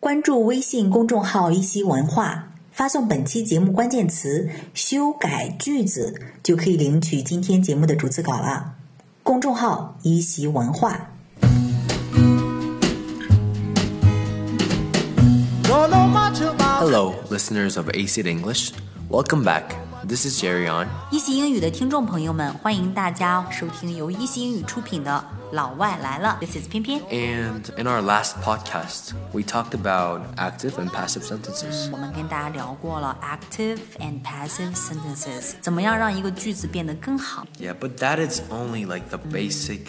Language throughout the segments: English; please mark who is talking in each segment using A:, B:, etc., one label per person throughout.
A: 关注微信公众号“一席文化”，发送本期节目关键词“修改句子”，就可以领取今天节目的逐字稿了。公众号“一席文化”。
B: Don't know much about
C: Hello, listeners of acid English. Welcome back. This is Jerry On.
A: 一席英语的听众朋友们，欢迎大家收听由一席英语出品的《老外来了》，This is 偏偏。
C: And in our last podcast, we talked about active and passive sentences.
A: 我们跟大家聊过了 active and passive sentences，怎么样让一个句子变得更好。
C: Yeah, but that is only like the basic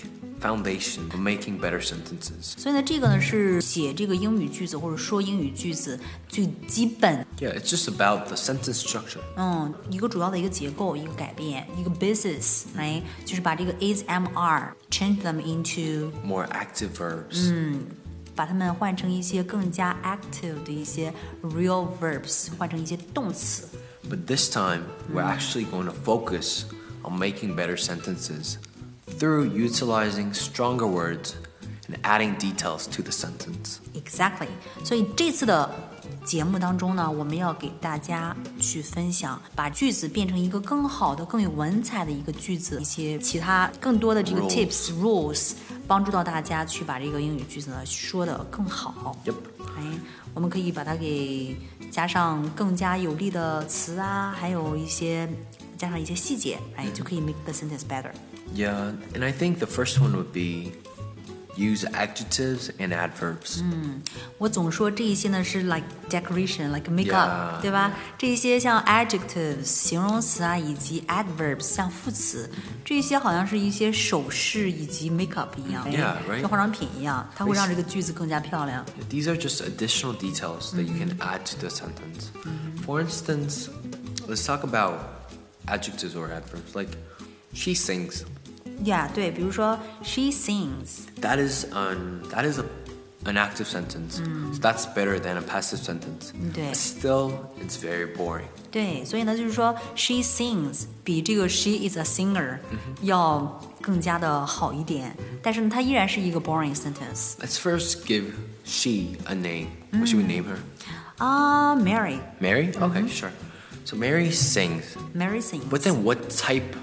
C: foundation of making better sentences.
A: 所以呢，这个呢是写这个英语句子或者说英语句子最基本，
C: Yeah, it's just about the sentence structure.
A: 嗯，一个主要的一个结构，一个改变，一个 basis，right，就是把这个 is am are change them into，
C: More active verbs.
A: 把它们换成一些更加 active 的一些 real verbs，换成一些动词。
C: But this time, we're actually going to focus on making better sentences through utilizing stronger words and adding details to the sentence.
A: Exactly，所以这次的节目当中呢，我们要给大家去分享，把句子变成一个更好的、更有文采的一个句子，一些其他更多的这个
C: Rules
A: tips rules，帮助到大家去把这个英语句子呢说的更好。
C: Yep.
A: 哎，我们可以把它给加上更加有力的词啊，还有一些加上一些细节，哎，就可以 make the sentence better。
C: Yeah, and I think the first one would be use adjectives and adverbs.
A: 我总说这一些呢是 like decoration, like makeup，、
C: Yeah,
A: 对吧？这一些像 adjectives 形容词啊，以及 adverbs 像副词，这一些好像是一些首饰以及 makeup 一样
C: Yeah,
A: 哎
C: right.
A: 像化妆品一样，它会让这个句子更加漂亮。
C: These are just additional details that you can add to the sentence. For instance, let's talk about adjectives or adverbs. Like, she sings.
A: Yeah，对，比如说 she sings，
C: That is an that is a, an active sentence. So that's better than a passive sentence.
A: Mm,
C: But still, it's very boring.
A: 对，所以呢就是说 she sings 比这个 she is a singer、要
C: Mm-hmm
A: 更加的好一点，但是呢它依然是一个 boring sentence
C: Let's first give she a name. What should we name her?
A: 啊、m a r y
C: Mary. Okay, sure. So Mary sings.
A: Mary sings，
C: But then, what type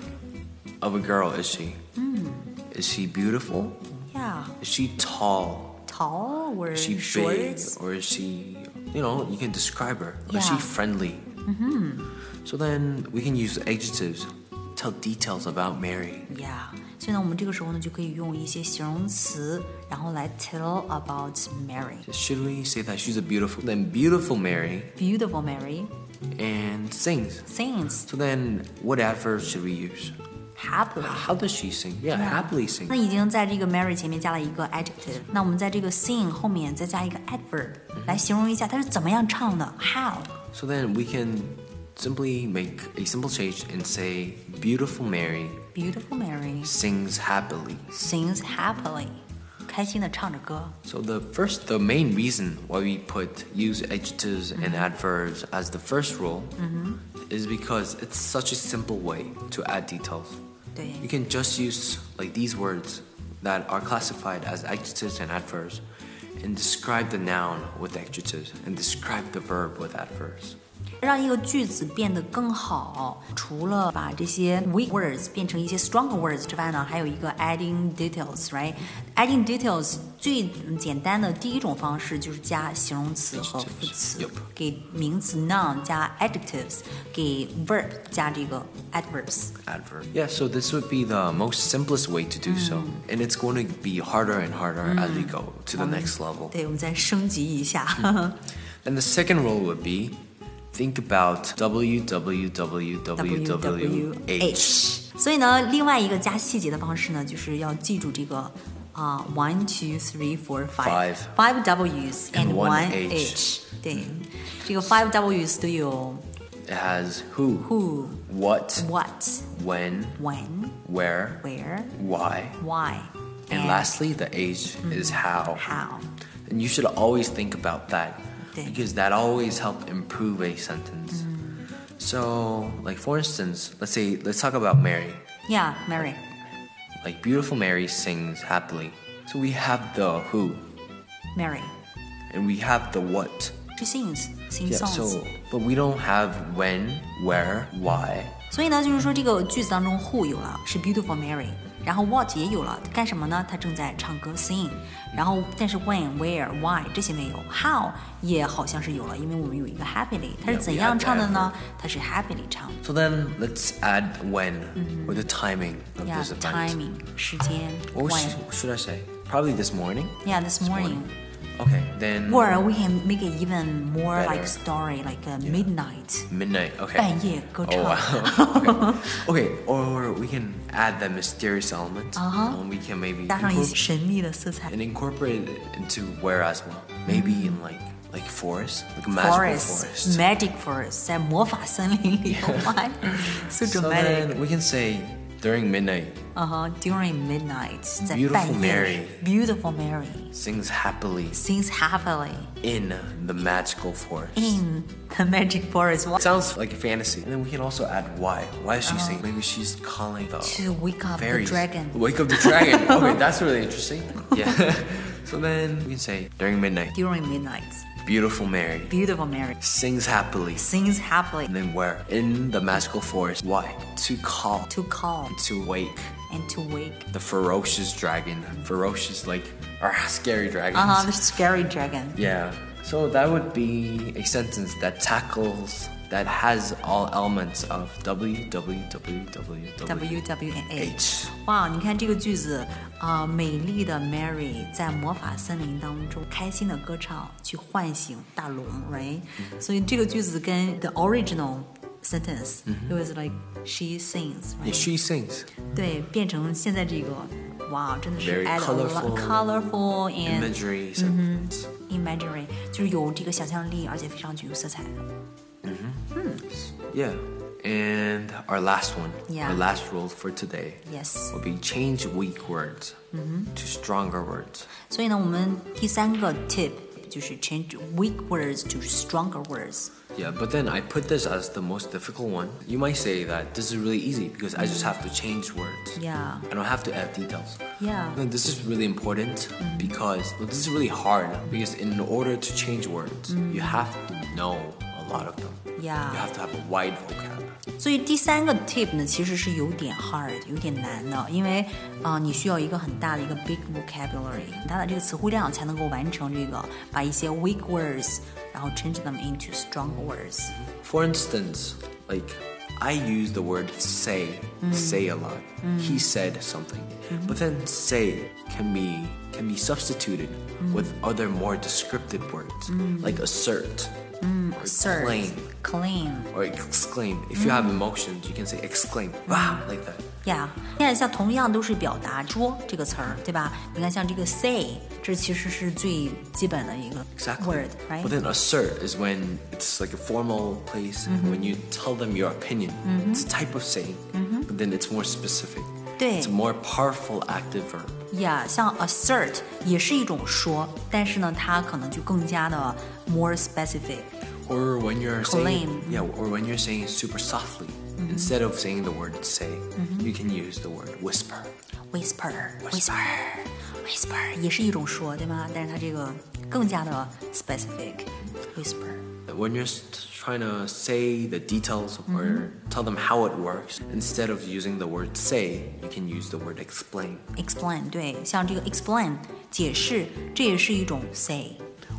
C: of a girl is she?
A: Hmm.
C: Is she beautiful?
A: yeah。
C: Is she tall?
A: tall or
C: Is she
A: short.
C: big? Or is she, you know, you can describe her. Or Is she
A: Yeah. Mm-hmm.
C: friendly? So then we can use adjectives, tell details about Mary.
A: Yeah，所以呢，我们这个时候呢，就可以用一些形容词，然后来 tell about Mary,
C: Should we say that she's a beautiful, then beautiful Mary
A: beautiful Mary,
C: and sings?
A: sings
C: So then, what adverb should we use?
A: happily.
C: How does she sing? Yeah, happily
A: 那
C: sing.
A: 已经在这个 Mary 前面加了一个 adjective，那我们在这个 sing 后面再加一个 adverb 来形容一下她是怎么样唱的，how。
C: So then we can simply make a simple change and say, beautiful Mary
A: Beautiful Mary
C: sings happily.
A: sings happily，开心的唱着歌。
C: So the first, the main reason why we put use adjectives and adverbs as the first rule is because it's such a simple way to add details.
A: 对
C: You can just use like these words that are classified as adjectives and adverbs, and describe the noun with adjectives and describe the verb with adverbs.
A: 让一个句子变得更好，除了把这些 weak words 变成一些 stronger words 之外呢，还有一个 adding details，right？adding details 最简单的第一种方式就是加形容词和副词
C: Yep
A: 给名词 noun 加 adjectives，给 verb 加这个 adverbs。
C: adverb. Yeah, so this would be the most simplest way to do so, and it's going to be harder and harder as we go to the next level.
A: 对，我们再升级一下。
C: And the second rule would be think about www.www.h.
A: 所以呢，另外一个加细节的方式呢，就是要记住这个啊，one two three four five
C: Five
A: five W's and
C: And
A: one
C: one
A: H
C: H。
A: 对，这个 five W's 都有
C: It has who,
A: who、
C: what,
A: what、
C: when,
A: when、
C: where,
A: where、
C: why.
A: why
C: And lastly, the H is how.
A: Mm-hmm. how。
C: And you should always think about that
A: Think.
C: because that always help improve a sentence.
A: Mm-hmm.
C: So, like for instance, let's say let's talk about Mary.
A: Yeah, Mary.
C: Like beautiful Mary sings happily. So we have the who
A: Mary.
C: and we have the what.
A: She sings, sing
C: Yeah,
A: songs.
C: so, but we don't have when, where, why.
A: 所以呢，就是说这个句子当中 who 有了是 beautiful Mary，然后 what 也有了，干什么呢？她正在唱歌 sing，然后但是 when、where、why 这些没有，how 也好像是有了，因为我们有一个 happily，它是
C: Yeah, we
A: 怎样
C: add
A: 唱的呢？它是 happily 唱
C: So then let's add when or the timing of
A: 呀
C: this
A: Mm-hmm.
C: event.
A: ，timing 时间
C: What was-
A: when
C: should I say? Probably Oh， this morning.
A: yeah this morning。
C: Okay, then
A: Or we can make it even more
C: Better.
A: like story, like a midnight.
C: midnight. Okay.
A: 半夜歌唱。
C: Oh wow. okay. okay, or we can add that mysterious element,
A: Uh-huh.
C: and we can maybe
A: 搭上一些
C: incorpor-
A: 神秘的色彩
C: and incorporate it into where as well. Maybe in like like forest, like a magical forest.
A: Mm-hmm. ，forest, magic forest，在魔法森林里。Oh my, so
C: So
A: dramatic.
C: then we can say during midnight
A: 嗯哼，during Uh-huh, midnight，在
C: Beautiful
A: 半夜，beautiful Mary
C: sings happily
A: sings happily
C: in the magical forest.
A: in the magic forest.
C: It sounds like a fantasy. And then we can also add why. Why is she saying? Maybe she's calling the
A: Oh. To wake up the
C: fairies.
A: dragon
C: Wake up the dragon. okay, that's really interesting. Yeah. so then we can say during midnight,
A: during midnight,
C: beautiful Mary
A: beautiful Mary
C: sings happily.
A: sings happily
C: And then where? In the magical forest. Why? To call.
A: to call
C: To wake
A: and to wake.
C: the ferocious dragon. Ferocious, like, or scary dragons.
A: Uh huh, the scary dragon.
C: Yeah. So that would be a sentence that tackles that has all elements of
A: W
C: www.
A: W N
C: H
A: H。哇，你看这个句子啊、美丽的 Mary 在魔法森林当中开心的歌唱，去唤醒大龙，right？所
C: Mm-hmm。
A: 以这个句子跟 the original sentence、it
C: Mm-hmm。
A: was like she sings，、
C: Yeah, she sings
A: 对，变成现在这个。哇，真的是
C: Very
A: add a lot
C: colorful
A: colorful and
C: imagery sentence.
A: imaginary，就是有这个想象力，而且非常具有色彩。
C: Yeah. And our last one,
A: Mm-hmm. Yeah.
C: our last rule for today
A: Yes。
C: will be change weak words
A: Mm-hmm.
C: to stronger words.
A: 所以呢，我们第三个 tip 就是 change weak words to stronger words。
C: Yeah, but then I put this as the most difficult one. You might say that this is really easy because I just have to change words.
A: Yeah.
C: I don't have to add details.
A: Yeah. Mm-hmm.
C: No, this is really important because well, this is really hard because in order to change words, you have to know a lot of them.
A: Mm-hmm. Yeah.
C: You have to have a wide vocab.
A: 所以第三个 tip 呢，其实是有点 hard，有点难的，因为啊、呃你需要一个很大的一个 big vocabulary，很大的这个词汇量才能够完成这个，把一些 weak words，然后 change them into strong words。
C: For instance, like I use the word say, say a lot. He said something. But then say can be can be substituted with other more descriptive words like assert or
A: Assert,
C: claim
A: claim,
C: or exclaim. If you have emotions, you can say exclaim. Wow, like that.
A: yeah。你看，像同样都是表达“说”这个词儿，对吧？你看，像这个 say，这其实是最基本的一个
C: Exactly.
A: word，right？
C: But then assert is when it's like a formal place and when you tell them your opinion. It's a type of saying, but then it's more specific.
A: 对
C: It's a more powerful active verb.
A: Yeah，像 assert 也是一种说，但是呢，它可能就更加的 more specific。
C: Or when you're saying
A: Claim. Mm-hmm.
C: yeah, or when you're saying it super softly. Instead of saying the word say, you can use the word whisper. Whisper.
A: whisper，whisper，whisper 也是一种说，对吗？但是它这个更加的 specific。whisper，
C: When you're s- trying to say the details or
A: Mm-hmm.
C: tell them how it works, instead of using the word say, you can use the word explain.
A: explain，对，像这个 explain 解释，这也是一种 say。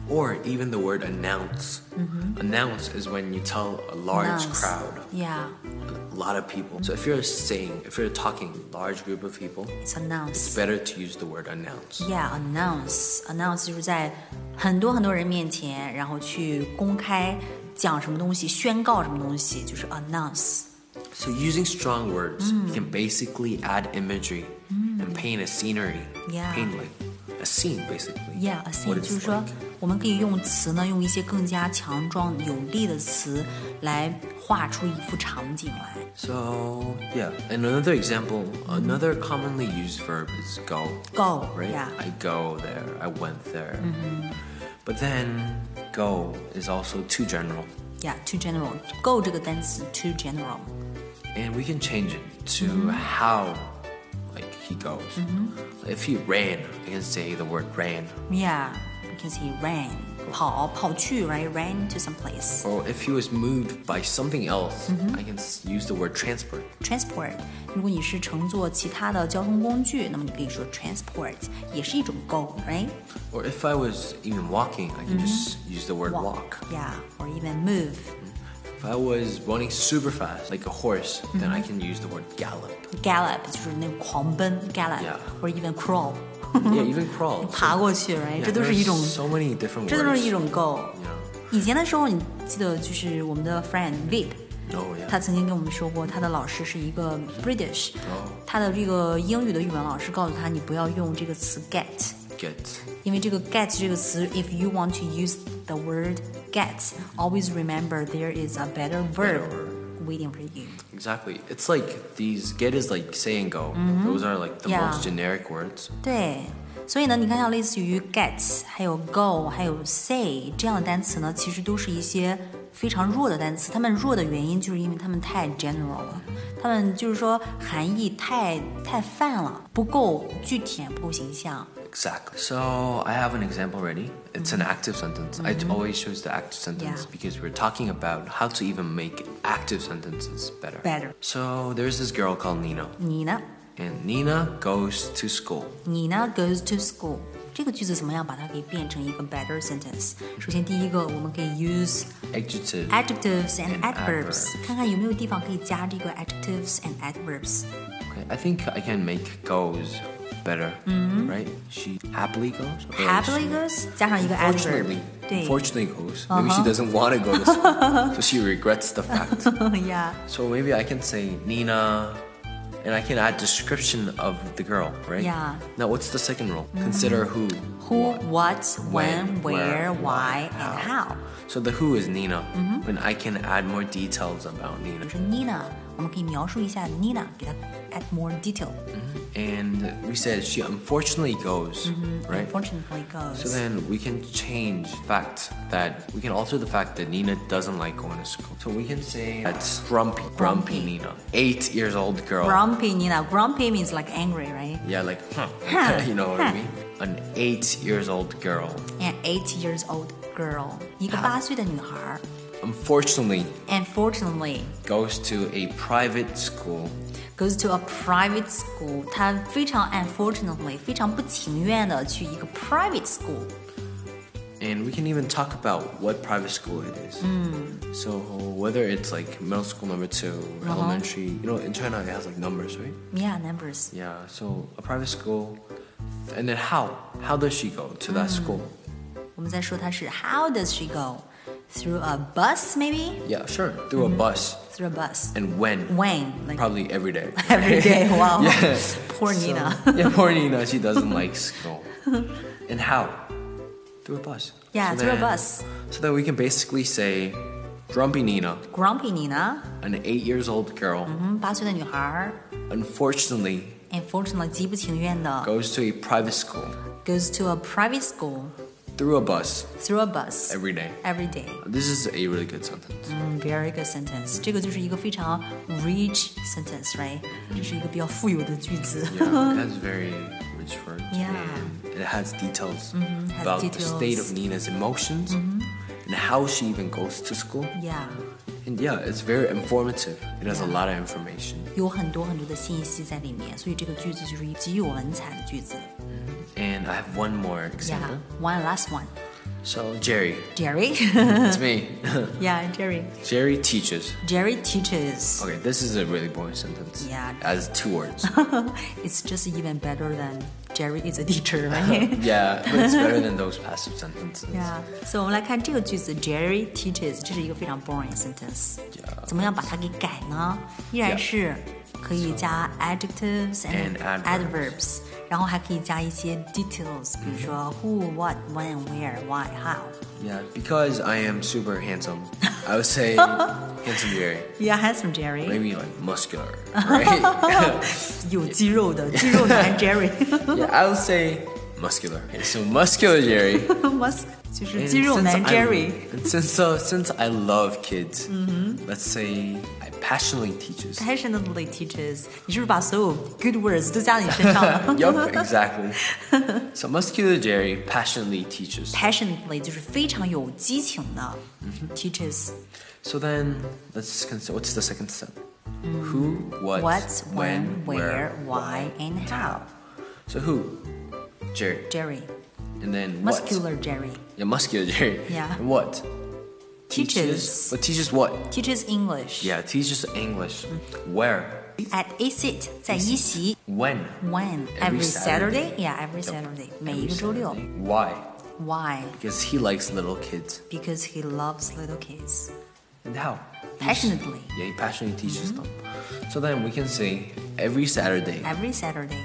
C: Or even the word announce. Announce is when you tell a
A: Mm-hmm.
C: large
A: Announce
C: crowd,
A: Yeah,
C: a lot of people. So if you're saying, if you're talking large group of people,
A: it's
C: it's
A: announce.
C: better to use the word announce.
A: Yeah, announce. Announce 就是在很多很多人面前，然后去公开讲什么东西，宣告什么东西，就是 announce。
C: So using strong words, you can basically add imagery and paint a scenery.
A: Mm. Yeah.
C: Paint like a scene basically.
A: Yeah, a scene，
C: What
A: 就
C: it's
A: 是说
C: like.，
A: 我们可以用词呢，用一些更加强壮有力的词来画出一幅场景来。
C: So yeah. And another example, another commonly used verb is go.
A: Go，
C: right?
A: yeah. Mm-hmm.
C: I go there. I went there. But then go is also too general,
A: Yeah, too general. Go 这个单词 too general.
C: and we can change it to
A: Mm-hmm.
C: how, like he goes. If he ran, I can say the word ran.
A: Yeah, can say ran，跑跑去，right ran to some place。
C: Or if he was moved by something else, I can s- use the word transport.
A: transport。如果你是乘坐其他的交通工具，那么你可以说 transport，也是一种 go，right？
C: Or if I was even walking, I can just use the word walk.
A: Yeah，or even move。
C: If I was running super fast, like a horse, then I can use the word gallop.
A: Gallop 就是那种狂奔，gallop，
C: Yeah.
A: or even crawl，
C: yeah, even crawl.
A: 爬过去，right？、
C: Yeah,
A: 这都
C: there
A: 是
C: are
A: 一种
C: so many different
A: 这
C: words.
A: 都是一种 go。
C: Yeah.
A: 以前的时候，你记得就是我们的 friend Vic，、
C: Oh, yeah. Oh
A: 他曾经跟我们说过，他的老师是一个 British，、他的这个英语的语文老师告诉他，你不要用这个词 get，
C: Get.
A: 因为这个 get 这个词，if you want to use the word get，always remember there is a better verb waiting for you。
C: Exactly. It's like these get is like say and go. Those are like the
A: Yeah.
C: most generic words.
A: 对，所以呢，你看像类似于 get，还有 go，还有 say 这样的单词呢，其实都是一些非常弱的单词。它们弱的原因就是因为它们太 general 了，它们就是说含义太太泛了，不够具体，不够形象。
C: Exactly. So I have an example ready. It's an active sentence. I always choose the active sentence
A: Mm-hmm. Yeah.
C: because we're talking about how to even make active sentences better.
A: Better.
C: So there's this girl called Nina,
A: 你呢？
C: and Nina goes to school.
A: 你呢？Goes to school。这个句子怎么样把它给变成一个 better sentence？首先，第一个我们可以 use
C: Adjective.
A: adjectives and
C: And
A: adverbs，
C: adverbs
A: 看看有没有地方可以加这个 adjectives and adverbs。
C: Okay, I think I can make goes better, right? She happily goes. or
A: Mm-hmm. happily
C: she-
A: goes 加上一个 adverb，Uh-huh.
C: Fortunately,
A: 对
C: fortunately goes. Maybe she doesn't want to go to school, so she regrets the fact.
A: 呀
C: So maybe I can say Nina, and I can add description of the girl, right?
A: Yeah. Mm-hmm.
C: Now, what's the second rule? Consider who.
A: who, what, when,
C: When,
A: where,
C: where,
A: why,
C: why,
A: and
C: how.
A: how。
C: So the who is Nina,
A: Mm-hmm.
C: and I can add more details about
A: 比
C: Nina.
A: 如说 Nina，我们可以描述一下 Nina，给她 add more detail。
C: And we said she unfortunately goes,
A: Mm-hmm.
C: right?
A: Unfortunately
C: So
A: goes。
C: then we can change fact that we can alter the fact that Nina doesn't like going to school. So we can say that's grumpy, grumpy,
A: Grumpy.
C: Nina, eight years old girl.
A: Grumpy Nina. Grumpy means like angry, right?
C: Yeah, like
A: Huh.
C: you know what
A: Huh.
C: I mean. An eight years old girl.
A: And eight years old girl，一个八岁的女孩。
C: Unfortunately,
A: Unfortunately,
C: goes to a private school.
A: goes to a private school。她非常 unfortunately，非常不情愿的去一个 private school。
C: And we can even talk about what private school it is. So whether it's like middle school number two or
A: Hmm. Uh-huh.
C: elementary, you know, in China it has like numbers, right?
A: Yeah, numbers.
C: Yeah, so a private school. And then how? How does she go to
A: Hmm.
C: that school?
A: 我们在说它是 How does she go? Through a bus, maybe?
C: Yeah, sure. Through a bus.
A: Through a bus.
C: And when?
A: Hmm. When? Like
C: Probably every day.
A: every day. Wow.
C: Yeah.
A: Poor
C: So-
A: Nina.
C: yeah, poor Nina. She doesn't like school. And how? Through a bus.
A: Yeah, through a
C: then-
A: bus.
C: So then we can basically say, grumpy Nina,
A: Grumpy Nina,
C: an eight years old girl,
A: 嗯，八岁的女孩儿
C: unfortunately
A: ，unfortunately 极不情愿的
C: goes to a private school
A: goes to a private school
C: through a bus
A: through a bus
C: every day.
A: every day.
C: This is a really good sentence.
A: 嗯，very good sentence。这个就是一个非常 rich sentence，right？这是一个比较富有的句子。
C: Yeah, it has very rich words.
A: Uh-huh. Yeah. Mm-hmm.
C: And it has details
A: has
C: about
A: details. Mm-hmm.
C: the state of Nina's emotions and how she even goes to school.
A: Yeah，
C: And yeah, it's very informative. It has a
A: Yeah.
C: lot of information.
A: 有很多很多的信息在里面，所以这个句子就是一个极有文采的句子。
C: And I have one more
A: Yeah,
C: example.
A: one last one.
C: So Jerry,
A: Jerry.
C: it's me.
A: yeah, Jerry.
C: Jerry teaches.
A: Jerry teaches.
C: Okay, this is a really boring sentence.
A: Yeah.
C: As two words.
A: It's just even better than Jerry is a teacher, right?
C: yeah, but it's better than those passive sentences.
A: yeah. So 我们来看这个句子，Jerry teaches，这是一个非常 boring sentence。怎么样把它给改呢？依然
C: Yeah.
A: 是可以加 adjectives and
C: And adverbs. Mm。
A: adverbs，然后还可以加一些 details，比如说 who、what、when、where、why、how。
C: Yeah, because I am super handsome, I would say handsome Jerry.
A: Yeah, handsome Jerry，
C: Maybe like muscular, right?
A: 有肌肉的，肌肉男 Jerry。
C: yeah, I would say muscular. Okay, so muscular Jerry
A: Mus- 就是肌肉男 Jerry。
C: I, and since uh, since I love kids,
A: Mm-hmm.
C: let's say I passionately teaches.
A: Passionately teaches，你是不是把所有 good words 都加在你身上
C: yup,
A: 了
C: exactly. so muscular Jerry passionately teaches.
A: ？Passionately 就是非常有激情的
C: Mm-hmm。
A: teaches
C: So then let's consider what's the second step? Who, what,
A: what, when, where, why, and how.
C: So who? Jerry.
A: Jerry,
C: And then what?
A: muscular Jerry
C: Yeah, muscular Jerry.
A: Yeah.
C: And what?
A: Teaches.
C: But teaches what?
A: teaches English
C: Yeah, teaches English.
A: Mm.
C: Where?
A: at ACIT 在一席
C: When?
A: when
C: Every
A: every Saturday
C: Saturday.
A: yeah every Saturday 每一个周六
C: Why?
A: why
C: Because he likes little kids.
A: because he loves little kids
C: And how?
A: passionately
C: Yeah, he passionately teaches
A: Mm-hmm.
C: them. So then we can say every Saturday,
A: every Saturday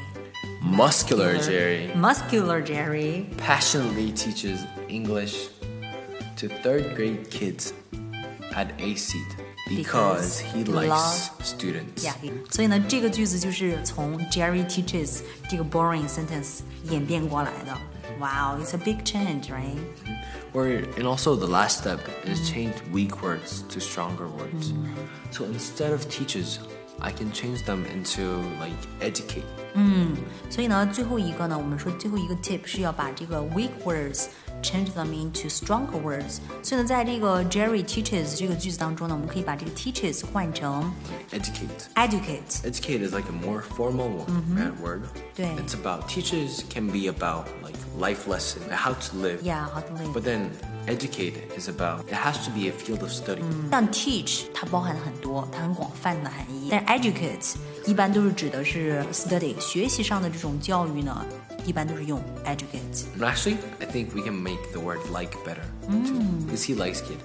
C: muscular Jerry
A: muscular Jerry
C: passionately teaches English to third grade kids at A seat
A: Because
C: because he
A: he
C: likes students.
A: Yeah，所以呢，这个句子就是从 Jerry teaches 这个 boring sentence 演变过来的。Wow, it's a big change, right?
C: Or and also the last step is change weak words to stronger words. So instead of teaches, I can change them into like educate.
A: 所以呢，最后一个呢，我们说最后一个 tip 是要把这个 weak words change them into stronger words。所以呢，在这个 Jerry teaches 这个句子当中呢，我们可以把这个 teaches 换成
C: Educate.
A: educate。
C: Educate is like a more formal wo-
A: Mm-hmm.
C: uh, word.
A: 对。
C: It's about teaches can be about like life lesson, how to live.
A: Yeah, how to live.
C: But then educate is about it has to be a field of study.
A: 像 teach 它包含了很多，它很广泛的含义。但是 educate 一般都是指的是 study 学习上的这种教育呢，一般都是用 educate。
C: And actually, I think we can make the word like better too,
A: Mm.
C: because he likes kid,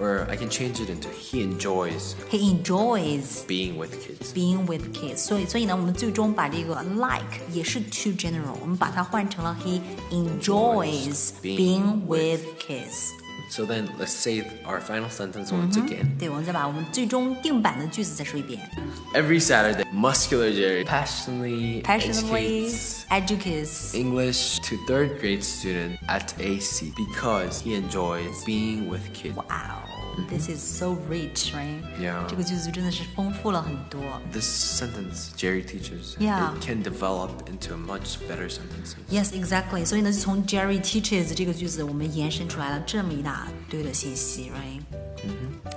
C: or I can change it into he enjoys
A: He enjoys
C: being with kids.
A: being with kids。所以，所以呢，我们最终把这个 like 也是 too general，我们把它换成了 he enjoys being with kids。
C: So then let's say our final sentence once
A: Mm-hmm.
C: again.
A: 对，我们再把我们最终定版的句子再说一遍
C: Every Saturday, muscular Jerry passionately,
A: ：passionately
C: educates
A: educates
C: English to third grade student at AC because he enjoys being with kids.
A: Wow, this is so rich, right?
C: Yeah.
A: 这个句子真的是丰富了很多。
C: This sentence Jerry teaches
A: Yeah.
C: it can develop into a much better sentence.
A: Yes, exactly. 所以呢，就从 Jerry teaches 这个句子，我们延伸出来了这么一大堆的信息，right?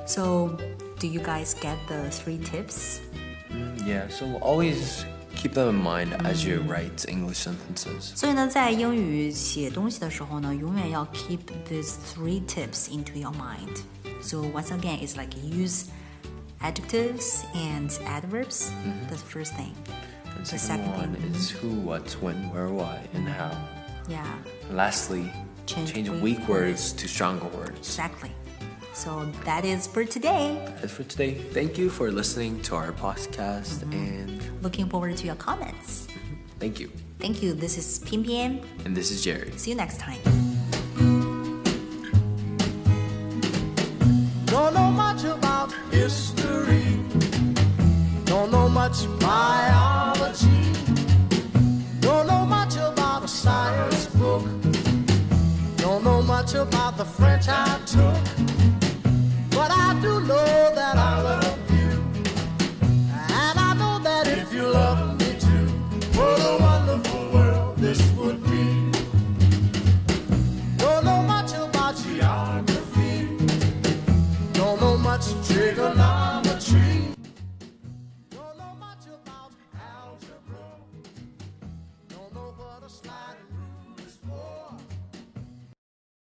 A: So, do you guys get the three tips?
C: Yeah, so always keep them in mind as you
A: Mm.
C: write English sentences.
A: 所以呢，在英语写东西的时候呢，永远要 keep these three tips into your mind. So once again, it's like use adjectives and adverbs. The first thing.
C: And
A: The second
C: second one is who, what, when, where, why, and how.
A: Yeah,
C: And lastly, change,
A: Change
C: weak
A: weak
C: words to stronger words.
A: exactly. So that is for today.
C: As for today, thank you for listening to our podcast
A: Mm-hmm.
C: and
A: Looking forward to your comments.
C: thank you.
A: Thank you. This is Pian Pian.
C: And this is Jerry.
A: See you next time.
B: Don't know much about history. Don't know much biology. Don't know much about a science book. Don't know much about the French I took. But I do know that I love you. And I know that if you love me too, what a wonderful world this would be. Don't know much about geography. Don't know much trigonometry.